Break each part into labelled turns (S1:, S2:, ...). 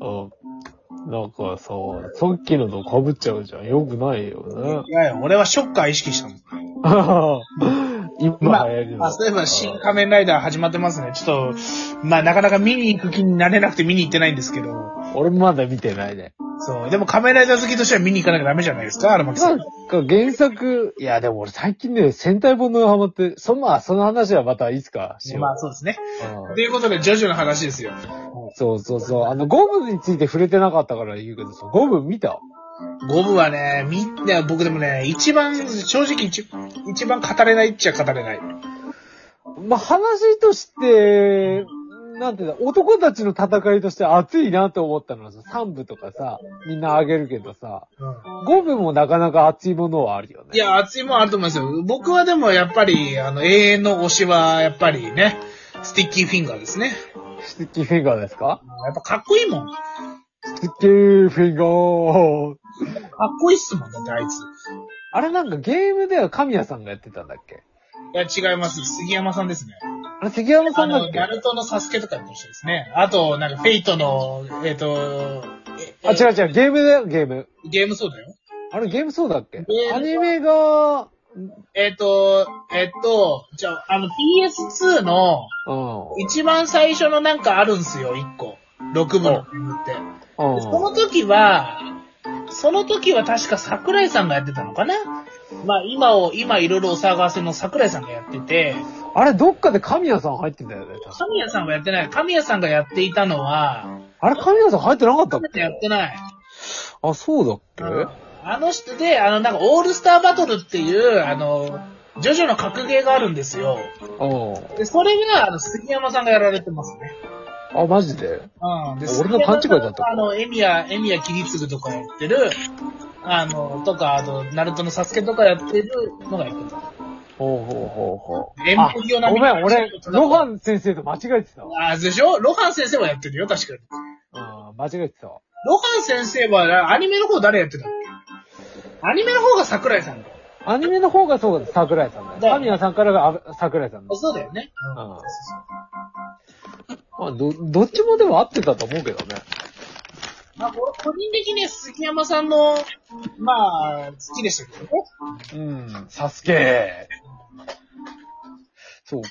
S1: あなんかさ、さっきのと被っちゃうじゃん。よくないよ
S2: いやいや、俺はショッカー意識したもん。
S1: ね。今流行りの。
S2: まあ、そういえば、新仮面ライダー始まってますね。ちょっと、まあ、なかなか見に行く気になれなくて見に行ってないんですけど。
S1: 俺もまだ見てないね。
S2: そう。でも仮面ライダー好きとしては見に行かなきゃダメじゃないですか、荒牧さ
S1: なんん。か原作、いやでも俺最近ね、戦隊本のハマって、そまあその話はまたいつかしよう。
S2: まあ、そうですね。
S1: うん
S2: ということで、ジョジョの話ですよ。
S1: そうそうそう。あの、ゴムについて触れてなかったから言うけどさ、ゴム見た
S2: ゴブはね、みんな、僕でもね、一番、正直一、一番語れないっちゃ語れない。
S1: まあ、話として、なんていうの、男たちの戦いとして熱いなと思ったのはさ、三部とかさ、みんなあげるけどさ、五部もなかなか熱いものはあるよね。
S2: いや、熱いもんあると思いますよ。僕はでもやっぱり、あの、永遠の推しは、やっぱりね、スティッキーフィンガーですね。
S1: スティッキーフィンガーですか
S2: やっぱかっこいいもん。か
S1: スティッキーフィンガー。
S2: っこいいっすもん、だってあいつ。
S1: あれなんかゲームでは神谷さんがやってたんだっけ
S2: いや、違います。杉山さんですね。
S1: あれ関山さ
S2: あ
S1: んだっ
S2: の、
S1: け
S2: ナ
S1: あ
S2: ルトのサスケとかやってほしいですね。あと、なんか、フェイトの、えっ、と、え
S1: 違う違う、ゲームだよ、ゲーム。
S2: う。ゲームそうだよ。
S1: あれゲームそうだっけ
S2: ゲーム
S1: アニメが、
S2: えっ、と、えっ、と、じゃあ、あの、PS2 の、
S1: うん。
S2: 一番最初のなんかあるんすよ、一個。6部のゲームって。
S1: う
S2: で
S1: ん
S2: その時は、その時は確か桜井さんがやってたのかなまあ今を、今いろいろお騒がせの桜井さんがやってて、
S1: あれどっかで神谷さん入ってたよね。確か
S2: 神谷さんはやってない。神谷さんがやっていたのは、
S1: あれ神谷さん入ってなかったっ
S2: 神谷
S1: け
S2: さんやってない。
S1: あ、そうだっけ
S2: あの人で、あのなんかオールスターバトルっていう、あの、ジョジョの格ゲーがあるんですよ。
S1: う
S2: で、それが、あの、杉山さんがやられてますね。
S1: ん。あ、マジで
S2: うん。で
S1: 俺の勘違いだった
S2: 杉山さんはあの、エミヤ、エミヤキリツグとかやってる、あの、とか、あと、ナルトのサスケとかやってるのがやってた。
S1: ほうほうほうほ
S2: 遠
S1: あ、
S2: 方な
S1: ごめん、俺、ロハン先生と間違えてたわ。
S2: ああ、でしょロハン先生はやってるよ、確かに。
S1: うん、間違えてたわ。
S2: ロハン先生は、アニメの方誰やってたっけアニメの方が桜井さんだ。
S1: アニメの方がそうだ、桜井さんだよ。
S2: だよ
S1: 神
S2: ね
S1: 谷さんからがあ桜井さんだよ。
S2: そうだよね。
S1: うん。まあ、ど、どっちもでも合ってたと思うけどね。
S2: まあ、こ個人的に杉山さんの、まあ、好きでしたけどね。
S1: うん、サスケ。そうか。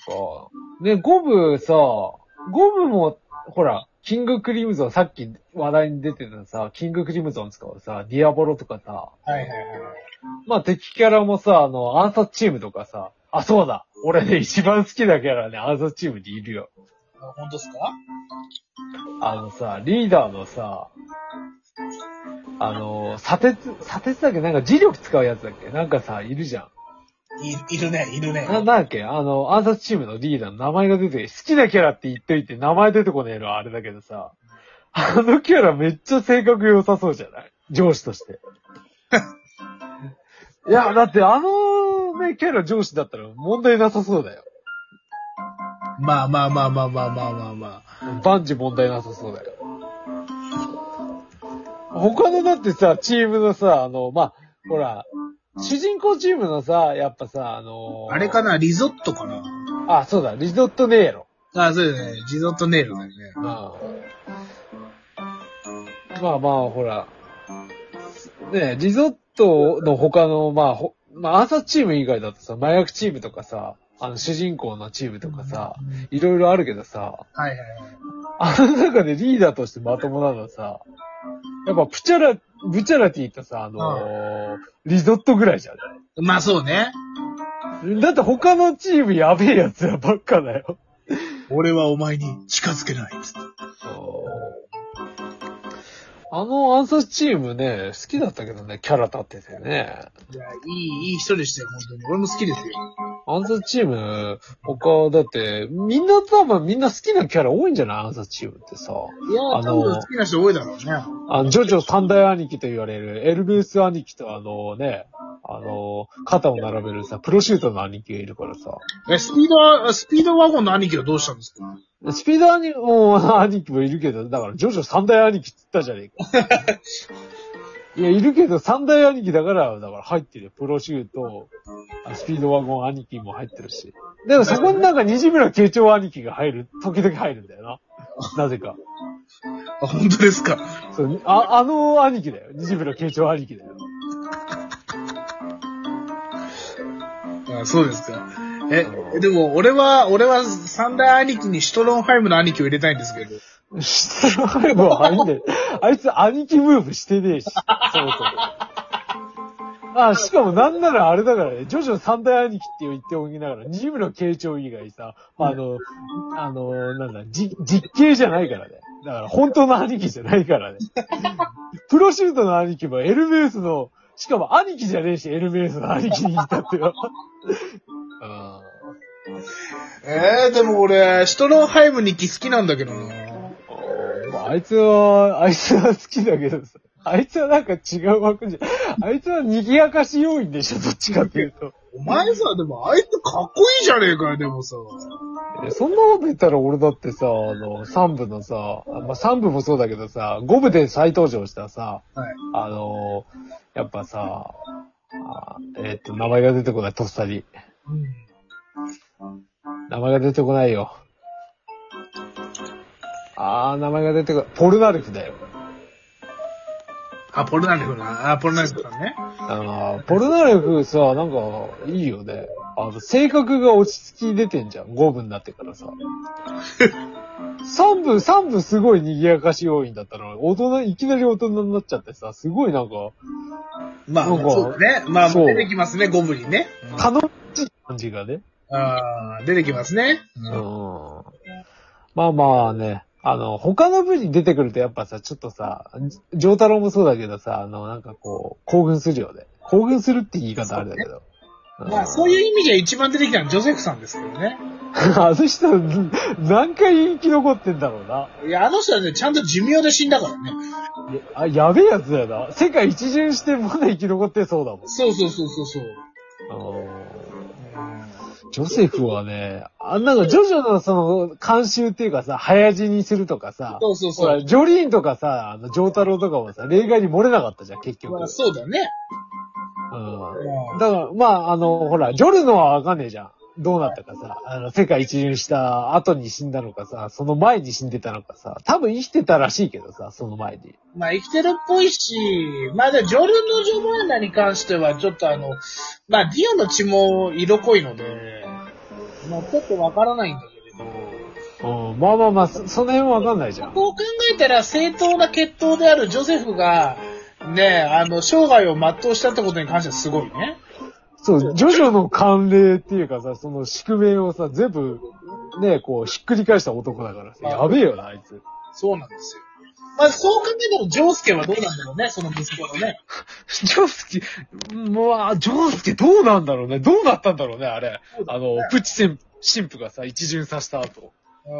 S1: ね、ゴブさ、ゴブも、ほら、キングクリムゾン、さっき話題に出てたさ、キングクリムゾン使うさ、ディアボロとかさ、
S2: はいはいはい。
S1: まあ敵キャラもさ、あの、暗殺チームとかさ、あ、そうだ。俺ね、一番好きなキャラね、暗殺チームにいるよ。
S2: あ本当ですか
S1: あのさ、リーダーのさ、あの、砂鉄、砂鉄だっけなんか磁力使うやつだっけなんかさ、いるじゃん。
S2: いいるね、いるね。
S1: な、なんだっけあの、暗殺チームのリーダーの名前が出て、好きなキャラって言っといて名前出てこねえのはあれだけどさ、あのキャラめっちゃ性格良さそうじゃない上司と して。いや、だってあのね、キャラ上司だったら問題なさそうだよ。
S2: まあまあまあまあまあまあまあまあ。
S1: 万事問題なさそうだよ。他のだってさ、チームのさ、あの、まあ、ほら、主人公チームのさ、やっぱさ、あの
S2: あれかな、リゾットかな。
S1: あ、そうだ、リゾットネーロ。
S2: あ、そうだよね。リゾットネイルだよね。
S1: まあ、まあまあ、ほら、ねえリゾットの他の、まあ、ほまあ、朝チーム以外だとさ、麻薬チームとかさ、あの、主人公のチームとかさ、いろいろあるけどさ、
S2: はいはいはい。
S1: あの中でリーダーとしてまともなのはさ、やっぱプチャラ、ブチャラティとさ、あのーリゾットぐらいじゃな
S2: まあそうね。
S1: いだって他のチームやべえやつらばっかだよ。
S2: 俺はお前に近づけないっつって。
S1: あの暗殺チームね、好きだったけどね、キャラ立っててね。
S2: いや、いい、いい人でしたよ、本当に。俺も好きですよ。
S1: 暗殺チーム、他、だって、みんな多分みんな好きなキャラ多いんじゃない暗殺チームってさ。
S2: いやー、
S1: あのー
S2: 多分好きな人多いだろうね。
S1: あの、ジョジョ三大兄貴と言われる、エルベース兄貴とあのね、あの、肩を並べるさ、プロシュートの兄貴がいるからさ。
S2: え、スピード、スピードワゴンの兄貴はどうしたんですか
S1: スピード兄も兄貴もいるけど、だからジョジョ三大兄貴って言ったじゃねえか。いや、いるけど、三大兄貴だから、だから入ってるよ。プロシュート、あスピードワゴン兄貴も入ってるし。だからそこになんか西村慶長兄貴が入る、時々入るんだよな。なぜか。
S2: あ、本当ですか。
S1: そう、あ、あの兄貴だよ。西村慶長兄貴だよ。
S2: あそうですか。え、でも、俺は、俺は、三大兄貴にシュトロンハイムの兄貴を入れたいんですけど。
S1: 知ってる入るは入んねえ。あいつ兄貴ムーブしてねえし、そもそも。あ、しかもなんならあれだからね、ジョジョ三大兄貴って言っておきながら、西村慶長以外さ、あの、あの、なんだ、じ、実刑じゃないからね。だから本当の兄貴じゃないからね。プロシュートの兄貴もエルメウスの、しかも兄貴じゃねえし、エルメウスの兄貴にいたってよ。うん
S2: えー、でも俺、シュトロンハイム日記好きなんだけどな。
S1: まああいつは、あいつは好きだけどさ。あいつはなんか違う枠じゃ、あいつは賑やかし要員でしょ、どっちかっていうと。
S2: お前さ、でもあいつかっこいいじゃねえかよ、でもさ。
S1: そんなこと言ったら俺だってさ、あの、3部のさ、まあ、3部もそうだけどさ、5部で再登場したさ、
S2: はい
S1: あの、やっぱさ、あえっと、名前が出てこない、とっさに。名前が出てこないよ。あー、名前が出てこない。ポルナルフだよ。
S2: あ、ポルナレフな。あ、ポルナレフさんね。
S1: あの、ポルナレフさ、なんか、いいよね。あの、性格が落ち着き出てんじゃん。5分になってから さ。3分、3分すごい賑やかし要員だったのに、大人、いきなり大人になっちゃってさ、すごいなんか、
S2: まあ、
S1: なんか
S2: そうだね。まあ、
S1: そう
S2: 出てきますね、ゴブリンね。
S1: 楽しい感じがね。
S2: あー出てきますね。
S1: う
S2: うん
S1: ん。まあまあね、あの、他の部に出てくるとやっぱさ、ちょっとさ、ジョータロウもそうだけどさ、あの、なんかこう、興奮するよね。興奮するって言い方あれだけど。
S2: まあ、そういう意味じゃ一番出てきたのはジョセフさんですけどね。
S1: あの人、何回生き残ってんだろうな。
S2: いや、あの人はね、ちゃんと寿命で死んだからね。
S1: やあ、やべえやつだよな。世界一巡してまだ生き残ってそうだも
S2: そうそうそうそうそ
S1: ん。
S2: う。
S1: ジョセフはね、あんなの、ジョジョのその、監修っていうかさ、早死にするとかさ、
S2: そうそう
S1: ほ
S2: そ
S1: ら、
S2: う。
S1: ジョリーンとかさ、あの、ジョータロウとかもさ、例外に漏れなかったじゃん、結局。
S2: ま
S1: う
S2: あ、そうだね。
S1: ん。
S2: うん
S1: だから、まあ、あの、ほら、ジョルノはわかんねえじゃん。どうなったかさ、あの、世界一巡した後に死んだのかさ、その前に死んでたのかさ、多分生きてたらしいけどさ、その前に。
S2: まあ、生きてるっぽいし、まあ、で、ジョルノ・ジョバンナに関しては、ちょっとあの、まあ、ディオの血も色濃いので、まあ、ちょっとわからないんだけれど、
S1: うん、まあまあまあ、そその辺わかんないじゃん。
S2: こう考えたら、正当な血統であるジョセフが、ね、あの、生涯を全うしたってことに関してはすごいね。
S1: そう、ジョジョの慣例っていうかさ、その宿命をさ、全部、ね、こう、ひっくり返した男だからさ、やべえよな、あいつ。
S2: そうなんですよ。まあ、そう考えたら、ジョースケはどうなんだろうね、その息子のね。
S1: ジョスケ、もう、ジョスケどうなんだろうね、どうなったんだろうね、あれ。あの、プチセン、神父がさ、一巡さした後。
S2: うん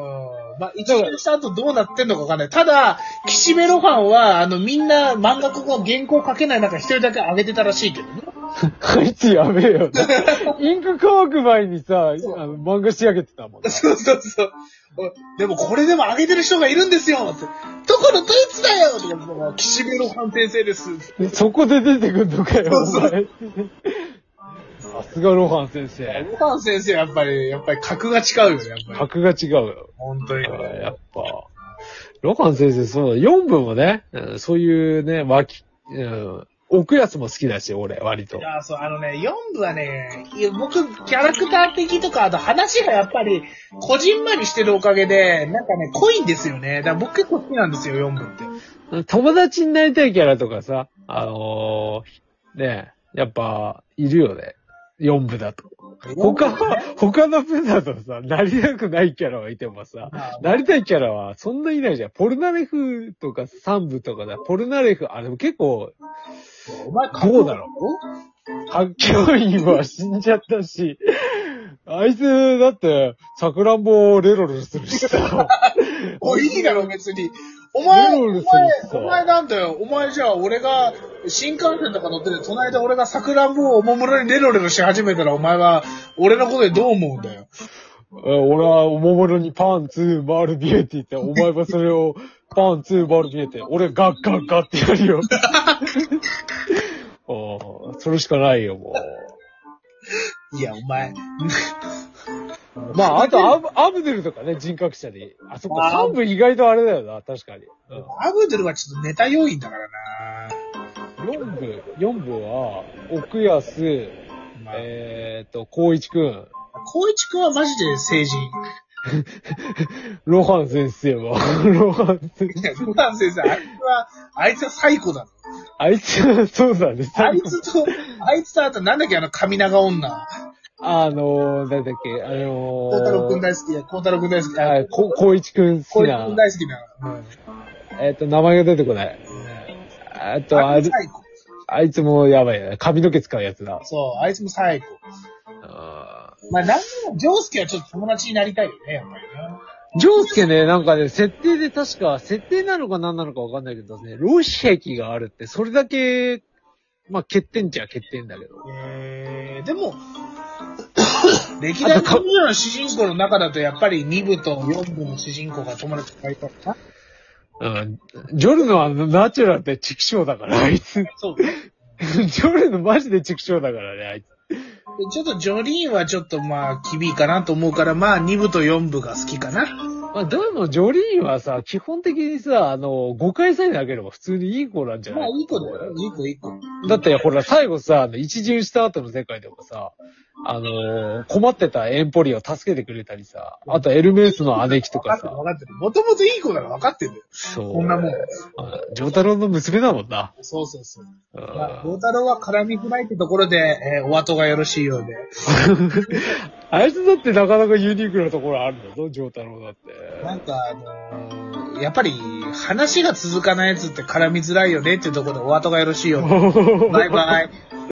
S2: まあ、一応した後どうなってんのかわかんない。ただ、岸辺露伴は、あの、みんな漫画家が原稿書けない中、一人だけ上げてたらしいけどね。
S1: あいつやべえよな。インク乾く前にさ、あの漫画仕上げてたもんな。
S2: そうそうそう。でも、これでも上げてる人がいるんですよって。どこのどいつだよって言ったら岸辺露伴先生です。
S1: そこで出てくんのかよ、お
S2: そう
S1: 前。さすがロハン先生。
S2: 露伴先生、やっぱり、やっぱり格が違うよね、やっぱり。
S1: 格が違うよ。
S2: 本当に。
S1: やっぱ、ロカン先生、その4部もね、うんそういうね、脇、うん、置くやつも好きだし、俺、割と
S2: い。や、そう、あのね、4部はね、いや僕、キャラクター的とか、あと話がやっぱり、こじんまりしてるおかげで、なんかね、濃いんですよね。だから僕結構好きなんですよ、4部って。
S1: 友達になりたいキャラとかさ、あのー、ね、やっぱ、いるよね。4部だと。他は、他の部だとさ、なりたくないキャラはいてもさ、
S2: まあ
S1: なりたいキャラはそんないないじゃん。ポルナレフとか3部とかだ。ポルナレフ、あ、でも結構、
S2: お前、
S1: どうだろ発狂員は死んじゃったし、あいつ、だって、さくらんぼをレロレロするしさ。
S2: おいいだろ、別に。お前、
S1: ルール
S2: お前
S1: するし、さ
S2: お前なんだよ。お前じゃあ、俺が、新幹線とか乗ってて、隣で俺が桜んぼをおもむろにレロレロし始めたら、お前は、俺のことでどう思うんだよ。
S1: え俺はおもむろにパンツー丸見えって言って、お前はそれをパンツー丸見えって、俺ガッガッガッってやるよ。ああ、それしかないよ、もう。
S2: いや、お前。
S1: まあ、あとアブ、アブデルとかね、人格者で。あ、そっか、
S2: あー
S1: 三部意外とあれだよな、確かに。うん
S2: アブドゥルはちょっとネタ要因だからな
S1: 4部、四部は、奥安、
S2: まあ
S1: えーと、光一くん、
S2: 光一くんはマジで成人。
S1: ロハン先生は、 ロハン先生。
S2: いや、ルパン先生、あいつは、あいつは最古だ。
S1: あいつは、そうだね、
S2: あいつと、あいつとあと、なんだっけ、あの、神長女。
S1: あのー、なんだっけ、あの
S2: 孝太郎くん
S1: ー、
S2: 大好きだ。孝太郎くん大好き
S1: はい、
S2: だ。
S1: こ、こういちくん好
S2: 光
S1: き
S2: 一
S1: な
S2: くん。大好きだ。
S1: えっ、と、名前が出てこない。えっと、あ
S2: あい
S1: い
S2: つ、最古。
S1: あいつもやばいな。髪の毛使うやつだ。
S2: そう、あいつも最古。
S1: あ
S2: まあ、なんでも、ジョウスケはちょっと友達になりたいよね、やっぱりな。
S1: ージョウスケね、なんかね、設定で確か、設定なのか何なのかわかんないけどね、老子癖があるって、それだけ、まあ、欠点っちゃ欠点だけど。
S2: えー、で も、歴代の彼女の主人公の中だと、やっぱり2部と4部の主人公が友達がいたな。
S1: うん。ジョルノはナチュラルって畜生だから、あいつ。
S2: そう。
S1: ジョルノマジで畜生だからね、あいつ。
S2: でちょっとジョリーンはちょっとまあ、厳いかなと思うから、まあ、2部と4部が好きかな。
S1: まあ、どうも、ジョリーンはさ、基本的にさ、あの、誤解さえなければ普通にいい子なんじゃ
S2: ま
S1: な
S2: あ、
S1: い
S2: いい子だよ。いい子、いい子。
S1: だって、ほら、最後さ、あの一巡した後の世界でもさ、あのー困ってたエンポリを助けてくれたりさ、あとエルメスの姉貴と
S2: 分
S1: か
S2: かって
S1: さ、
S2: る、分かってる。もともといい子だから分かってるんだよ。
S1: そう。
S2: こんなもん。
S1: あジョータロウの娘だもんな。
S2: そうそうそう。
S1: うん
S2: まあ、ゴータロは絡みづらいってところで、えーお後がよろしいようで。
S1: あいつだってなかなかユニークなところあるんだぞ、ジョータロウだって。
S2: なんか、あのーやっぱり、話が続かないやつって絡みづらいよねってところで、お後がよろしいようで。バイバイ。